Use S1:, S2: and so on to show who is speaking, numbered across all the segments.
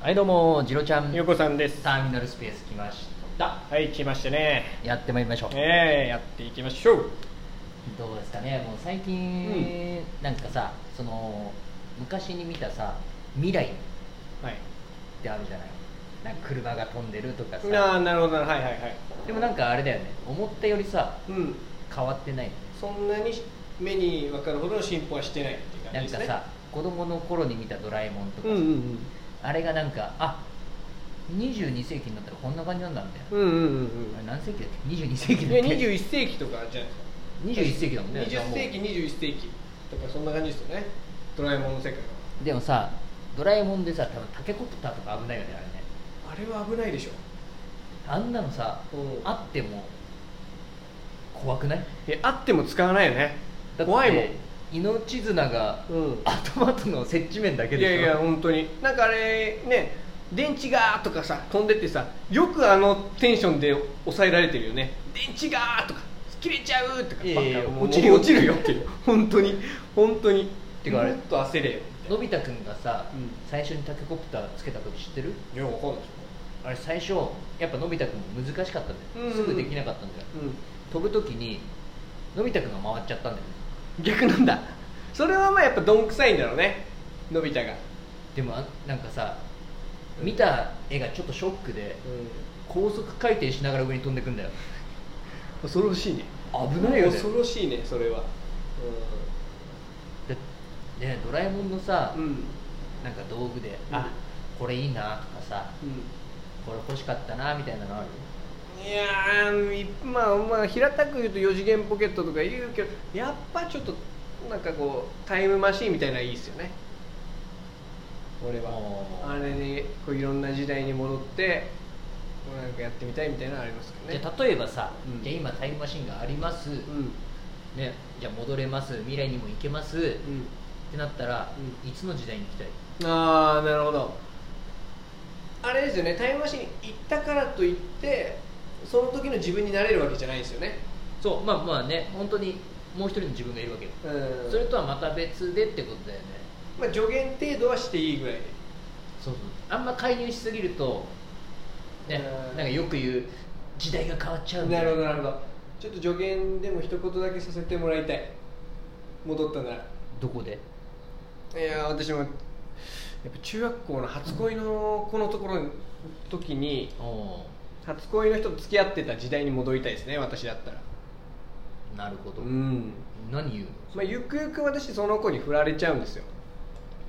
S1: はいどうもジロちゃん
S2: ゆうこさんです
S1: ターミナルスペース来ました
S2: はい来ましたね
S1: やってまいりましょう、
S2: ええやっていきましょう
S1: どうですかねもう最近、なんかさその昔に見たさ未来っ
S2: はい
S1: てあるじゃないなんか車が飛んでるとか
S2: ああ
S1: さ
S2: なるほどなはいはいはい
S1: でもなんかあれだよね思ったよりさ
S2: うん
S1: 変わってないよね
S2: そんなに目に分かるほどの進歩はしてないっていう感
S1: な
S2: じ
S1: ん
S2: です
S1: か
S2: ね
S1: さ子供の頃に見た「ドラえもん」とか
S2: うん
S1: さ、
S2: うん
S1: あれがなんかあ22世紀になったらこんな感じなんだよ、
S2: うんうんうん うん
S1: あれ何世紀だっけ22世紀
S2: うん
S1: だ
S2: い
S1: っ
S2: や
S1: け
S2: 21世紀とかじゃない
S1: 21世紀だもんね
S2: ですか20世紀21世紀とかそんな感じですよねドラえもんの世界は
S1: でもさドラえもんでさ多分タケコプターとか危ないよねあれね
S2: あれは危ないでしょ
S1: あんなのさ
S2: うん
S1: あっても怖くない
S2: えあっても使わないよね
S1: だって
S2: 怖いもん
S1: 命綱が
S2: うん
S1: 後々の接地面だけ
S2: い
S1: でしょ
S2: やいや本当になんかあれね電池がーとかさ飛んでってさよくあのテンションで抑えられてるよね電池がーとか切れちゃうとか
S1: いやいや
S2: バカ
S1: もう
S2: 落ちる
S1: もう
S2: 落ちるよっていう本当に本当に
S1: てかあれ
S2: もっと焦れよ
S1: のび太くんがさ、
S2: うん
S1: 最初にタケコプターつけた時知ってる
S2: いやわかんないでし
S1: あれ最初やっぱのび太くんも難しかったんだよ、
S2: うん
S1: すぐできなかったんだよ
S2: ょ、うん、
S1: 飛ぶ時にのび太くんが回っちゃったんだよ
S2: 逆なんだそれはまあやっぱどんくさいんだろうねのび太が、
S1: でもあなんかさ
S2: うん
S1: 見た絵がちょっとショックで高速回転しながら上に飛んでくんだよ
S2: 恐ろしいね
S1: 危ないよね
S2: 恐ろしいねそれは
S1: でねドラえもんのさ、
S2: うん、うん
S1: なんか道具で、
S2: あ
S1: これいいなとかさ
S2: うん
S1: これ欲しかったなみたいなのある
S2: いやーいまあまあ平たく言うと4次元ポケットとか言うけどやっぱちょっとなんかこうタイムマシーンみたいなのいいっすよね俺は
S1: おー
S2: あれにこういろんな時代に戻ってこうなんかやってみたいみたいなのありますけどね
S1: じゃあ例えばさ、
S2: うん
S1: じゃあ今タイムマシンがあります、
S2: うん
S1: ね、じゃあ戻れます未来にも行けます、ってなったら、
S2: う
S1: いつの時代に行きたい
S2: うんああなるほどあれですよねタイムマシーン行ったからといってその時の自分になれるわけじゃないですよね
S1: そうまあまあね本当にもう一人の自分がいるわけよ、
S2: うん
S1: それとはまた別でってことだよね
S2: まあ助言程度はしていいぐらいで
S1: そうそうあんま介入しすぎるとね
S2: うん
S1: なんかよく言う時代が変わっちゃうみた
S2: ないるほどなるほどちょっと助言でも一言だけさせてもらいたい戻ったなら
S1: どこで
S2: いやー私もやっぱ中学校の初恋の子のところの時に
S1: おお
S2: 初恋の人と付き合ってた時代に戻りたいですね私だったら
S1: ーなるほど、
S2: ん、
S1: 何言うの
S2: まあ、ゆくゆく私その子に振られちゃうんですよ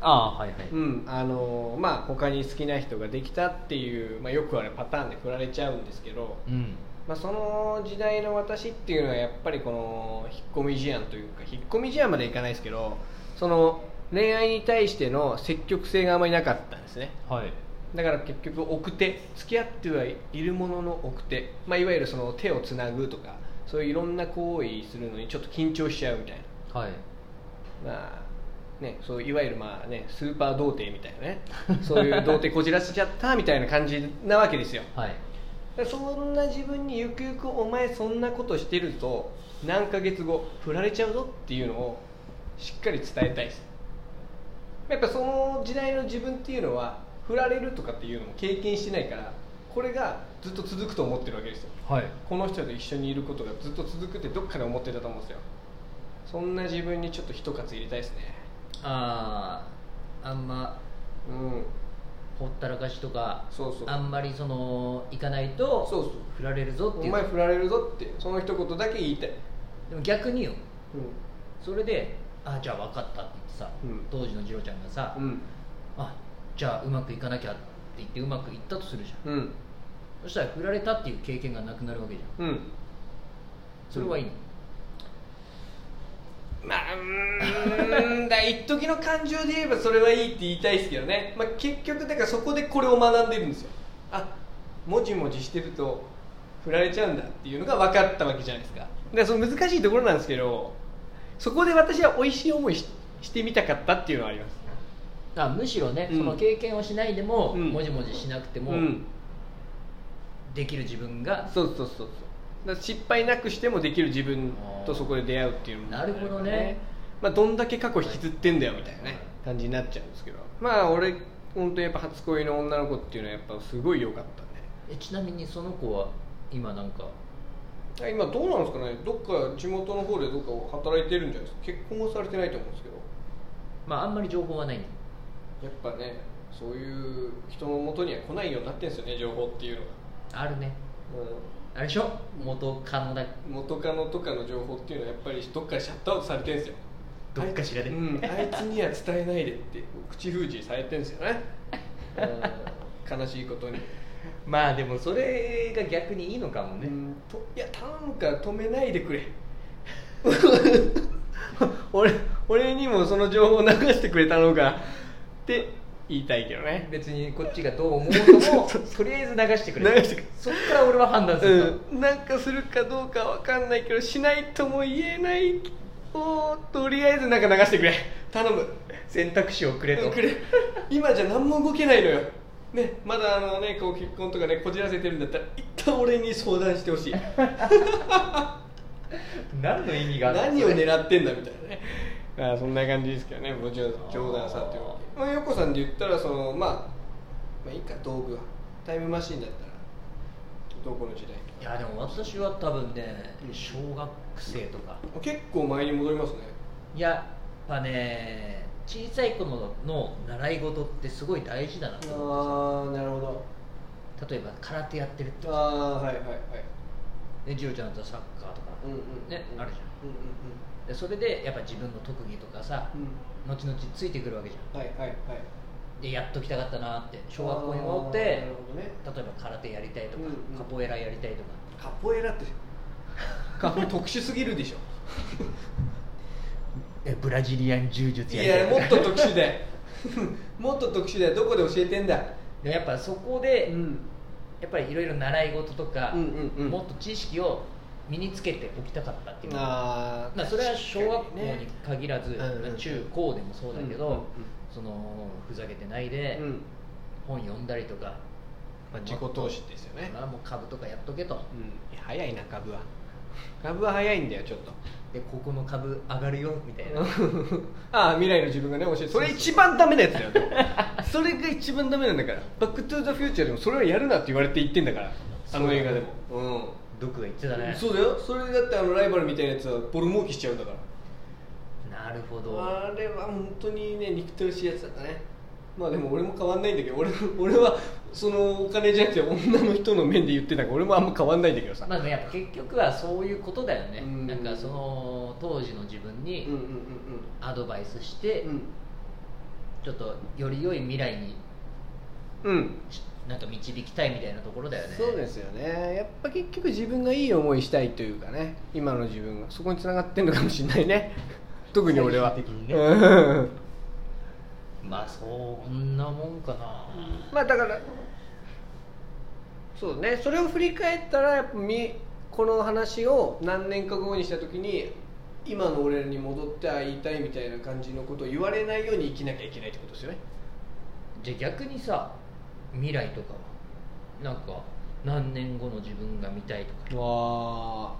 S1: ああはいはい、
S2: うんあのーまあ他に好きな人ができたっていう、まあ、よくあるパターンで振られちゃうんですけど
S1: うん、
S2: まあ、その時代の私っていうのはやっぱりこの引っ込み思案というか引っ込み思案までいかないですけどその恋愛に対しての積極性があまりなかったんですね
S1: はい
S2: だから結局奥手付き合ってはいるものの奥手、まあ、いわゆるその手をつなぐとかそういういろんな行為するのにちょっと緊張しちゃうみたい
S1: はい
S2: な、まあね、そういわゆるまあ、ね、スーパー童貞みたいなねそういう童貞こじらせちゃったみたいな感じなわけですよ
S1: はい
S2: そんな自分にゆくゆくお前そんなことしてると何ヶ月後振られちゃうぞっていうのをしっかり伝えたいですやっぱその時代の自分っていうのは振られるとかっていうのも経験してないからこれがずっと続くと思ってるわけですよ
S1: はい
S2: この人と一緒にいることがずっと続くってどっかで思ってたと思うんですよそんな自分にちょっと一喝入れたいですね
S1: あああんま
S2: うん
S1: ほったらかしとか
S2: そうそう
S1: あんまりその行かないと
S2: そうそう
S1: 振られるぞっ
S2: お
S1: ていう
S2: 前振られるぞってその一言だけ言いたい
S1: でも逆によ
S2: う
S1: それであじゃあ分かったって言ってさ、
S2: うん
S1: 当時の次郎ちゃんがさ、
S2: んうん
S1: あじゃあうまくいかなきゃって言ってうまくいったとするじゃん
S2: うん
S1: そしたら振られたっていう経験がなくなるわけじゃん
S2: うん
S1: それはいいの、
S2: まあ、うーんだ一時の感情で言えばそれはいいって言いたいですけどね、まあ、結局だからそこでこれを学んでるんですよあもじもじしてると振られちゃうんだっていうのが分かったわけじゃないですかだからその難しいところなんですけどそこで私は美味しい思いししてみたかったっていうのはあります
S1: あむしろね、
S2: うん
S1: その経験をしないでも、
S2: うん
S1: もじもじしなくても、
S2: うん
S1: できる自分が
S2: そうそうそうそうだから失敗なくしてもできる自分とそこで出会うっていうのも
S1: なるほどね
S2: まあ、どんだけ過去引きずってんだよみたいなね感じになっちゃうんですけどまあ俺本当にやっぱ初恋の女の子っていうのはやっぱすごい良かったね
S1: えちなみにその子は今なんか
S2: あ今どうなんですかねどっか地元の方でどっか働いてるんじゃないですか結婚はされてないと思うんですけど
S1: まああんまり情報はないの
S2: やっぱねそういう人の元には来ないようになってんですよね情報っていうのが、
S1: あるねあれでしょ元カノだ
S2: うん、元カノとかの情報っていうのはやっぱりどっかでシャットアウトされてんですよ
S1: どっかしらで、
S2: うん、あいつには伝えないでって口封じされてんですよね、うん、悲しいことに、
S1: まあでもそれが逆にいいのかも
S2: う、ん、といや頼むから止めないでくれ 俺俺にもその情報を流してくれたのかって言いたいけどね
S1: 別にこっちがどう思 うともとりあえず流してくれ
S2: 流してくれ
S1: そっから俺は判断するから、
S2: うん、なんかするかどうかわかんないけどしないとも言えないおとりあえずなんか流してくれ頼む
S1: 選択肢をくれと
S2: くれ 今じゃ何も動けないのよね、まだあのねこう結婚とかねこじらせてるんだったら一旦俺に相談してほしい
S1: 何の意味があるの
S2: 何
S1: そ
S2: を
S1: れ
S2: 狙ってんだみたいなね あーそんな感じですけどねもちろん冗談さっていうわけまあ横さんで言ったらそのまあまあいいか道具はタイムマシンだったらどこの時代
S1: いやでも私は多分ね
S2: うん
S1: 小学生とか
S2: 結構前に戻りますね
S1: やっぱね小さい子のの習い事ってすごい大事だなと思うん
S2: ああなるほど
S1: ですよ例えば空手やってるって
S2: ああはいはいはい
S1: でジロちゃんとサッカーとか、
S2: うんうん
S1: ねあるじゃん
S2: うん
S1: でそれでやっぱ自分の特技とかさ、
S2: うんうん
S1: 後々ついてくるわけじゃ
S2: うんはいはいはい
S1: んでやっときたかったなって小学校に戻って例
S2: あーなる
S1: え
S2: ほどね
S1: ば空手やりたいとか、
S2: うんうん
S1: カポエラやりたいとか
S2: カポエラってカポエラ特殊すぎるでしょ
S1: えブラジリアン柔術
S2: い
S1: やりたい
S2: や
S1: と
S2: も
S1: か
S2: っと特殊だよ もっと特殊だよどこで教えてんだ
S1: でやっぱそこで、
S2: うん
S1: やっぱりいろいろ習い事とか、
S2: うんうんうん
S1: もっと知識を身につけておきたかったっていう
S2: あ
S1: まあ、それは小学校に
S2: ね
S1: 限らず、
S2: うんうん
S1: まあ中高でもそうだけど、
S2: うんうんうん
S1: そのふざけてないで、
S2: うん
S1: 本読んだりとか、
S2: まあ、自己投資ですよね、
S1: まあ、もう株とかやっとけと、
S2: うん、いや早いな株は株は早いんだよちょっ と
S1: でここの株上がるよみたいな、
S2: ああ未来の自分がね教えてそれ一番ダメなやつだよでも それが一番ダメなんだから「バック・トゥ・ザ・フューチャー」でもそれはやるなって言われて言ってんだからあの映画でもうん
S1: 毒が言ってたね
S2: そうだよそれだってあのライバルみたいなやつはボロ儲けしちゃうんだから
S1: なるほど
S2: あれは本当にね憎たらしいやつだったねまあでも俺も変わんないんだけど俺俺はそのお金じゃなくて女の人の面で言ってたから俺もあんま変わんないんだけどさ、
S1: まあ、やっぱ結局はそういうことだよね、
S2: うん
S1: なんかその当時の自分
S2: うん
S1: に
S2: うんうん
S1: アドバイスして、ちょっとより良い未来に
S2: うんうん
S1: しなんか導きたいみたいなところだよね
S2: そうですよねやっぱ結局自分がいい思いしたいというかね今の自分がそこに繋がってんのかもしれないね特に俺は
S1: 最終的にね
S2: うん
S1: まあそんなもんかな、
S2: まあだからそうねそれを振り返ったらやっぱみこの話を何年か後にした時に今の俺に戻ってああ言いたいみたいな感じのことを言われないように生きなきゃいけないってことですよね
S1: じゃあ逆にさ未来とかはなんか何年後の自分が見たいとか
S2: わあ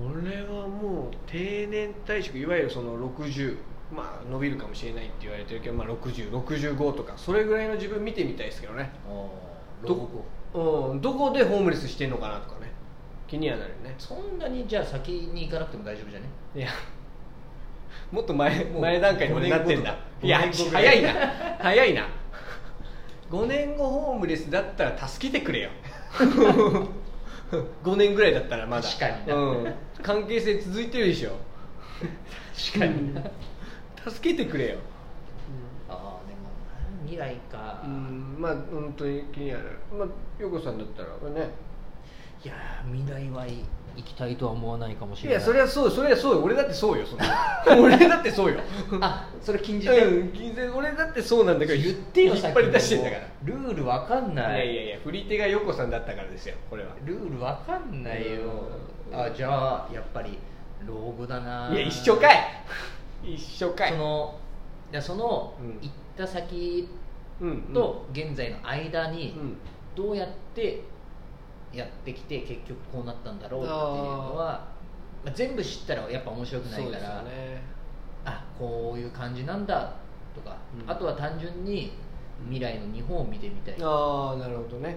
S2: 俺はもう定年退職いわゆるその60まあ伸びるかもしれないって言われてるけど、まあ、6065とかそれぐらいの自分見てみたいですけどね
S1: ど
S2: ど
S1: こ
S2: うんどこでホームレスしてんのかなとかね気にはなるよね
S1: そんなにじゃあ先に行かなくても大丈夫じゃね
S2: いやもっと前
S1: もう
S2: 前段階にもうなってんだ
S1: 五年後とか五年後ぐら
S2: いや
S1: い
S2: 早いな早いな5年後ホームレスだったら助けてく れよ5年ぐらいだったらまだ
S1: 確かにな
S2: うん、関係性続いてるでしょ
S1: 確かに な、
S2: 助けてくれよ
S1: ああでもな未来か、
S2: うんまあ本当に気になるまあ陽子さんだったらね
S1: いやー未来はい行きたいとは思わないかもし
S2: い
S1: れない
S2: やそれはそうそれはそうよ俺だってそうよそ の俺だってそうよ
S1: あそれ禁じて、
S2: うん銀座俺だってそうなんだから
S1: 言ってよ
S2: 引
S1: さ
S2: っ
S1: っき
S2: 張り出してんだから
S1: ルールわかん
S2: い
S1: な
S2: や
S1: い
S2: いやいや振り手が横さんだったからですよこれは
S1: ルールわかんないよ
S2: うん
S1: あじゃあやっぱり老後だない
S2: や一緒かい一緒かい
S1: そのいやその、
S2: うん
S1: 行った先
S2: うんうん
S1: と現在の間
S2: う
S1: に
S2: ん
S1: どうやってやってきて結局こうなったんだろうっていうのはまあ、全部知ったらやっぱ面白くない
S2: そ
S1: か
S2: うですよ
S1: ら、
S2: ね
S1: あこういう感じなんだとか、
S2: うん
S1: あとは単純に未来の日本を見てみたいそ
S2: ああなるほどね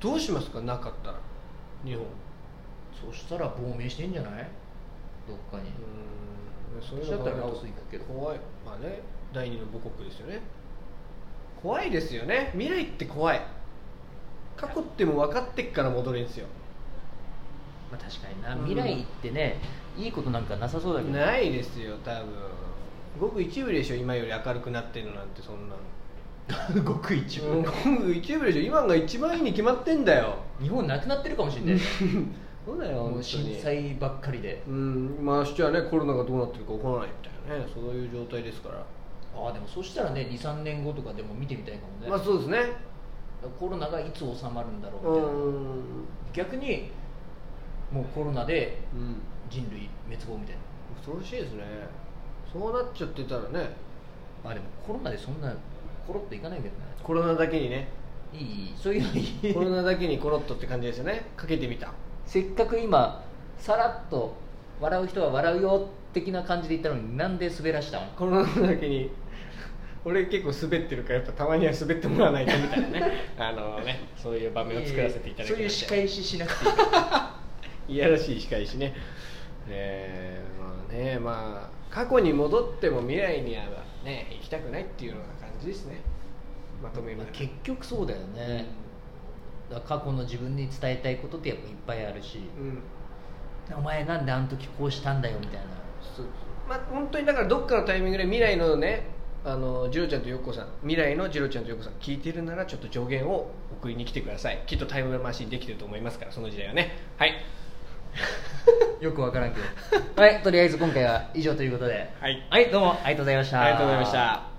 S2: どうしますかなかったら日本う
S1: したら亡命してんじゃないどっかに
S2: ーんそ
S1: そう
S2: い
S1: した
S2: うの
S1: ら
S2: が
S1: ラオス行くけど
S2: 怖いまあね第二の母国ですよね怖いですよね未来って怖い過去ってもう分かってっから戻れんすよ
S1: まあ確かにな
S2: うん
S1: 未来ってね、いいことなんかなさそうだけど
S2: ないですよ多分ごく一部でしょ今より明るくなってるのなんてそんなの
S1: ごく一部、
S2: ごく一部でしょ今が一番いいに決まってんだよ
S1: 日本なくなってるかもしれないね
S2: そうだよ
S1: も
S2: 本当
S1: う
S2: に
S1: 震災ばっかりで
S2: うんまあしちゃねコロナがどうなってるか分からないみたいなねそういう状態ですから、
S1: ああでもそしたらね23年後とかでも見てみたいかもね、
S2: まあそうですね
S1: コロナがいつ収まるんだろ
S2: う
S1: うみたいな、
S2: ん
S1: 逆にもうコロナで
S2: うん
S1: 人類滅亡みたい
S2: 恐ろしいですねそうなっちゃってたらね
S1: なあでもコロナでそんなコロッといかないけどね
S2: コロナだけ にね
S1: いいいいそういうのいい
S2: コロナだけにコロッとって感じですよねかけてみた
S1: せっかく今さらっと笑う人は笑うよ的な感じで言ったのになんで滑らしたの
S2: コロナだけに俺結構滑ってるからやっぱたまには滑ってもらわないとみたいなね あのねそういう場面を作らせていただき
S1: そ
S2: まして
S1: ういう仕返ししなくていいから
S2: いやらしい仕返しねえーまあねまあ過去に戻っても未来にはね行きたくないっていうような感じですねまとめる
S1: まあ
S2: な ら
S1: 結局そうだよね、だから過去の自分に伝えたいことってやっぱいっぱいあるし、
S2: うん
S1: お前なんであの時こうしたんだよみたいな
S2: そうまあ本当にだからどっかのタイミングで未来のねあのジロちゃんとヨッコさん未来のジロちゃんとヨッコさん聞いてるならちょっと助言を送りに来てくださいきっとタイムマシンできてると思いますからその時代はねはい
S1: よくわからんけどはいとりあえず今回は以上ということで
S2: はい
S1: はいどうもありがとうございました
S2: ありがとうございました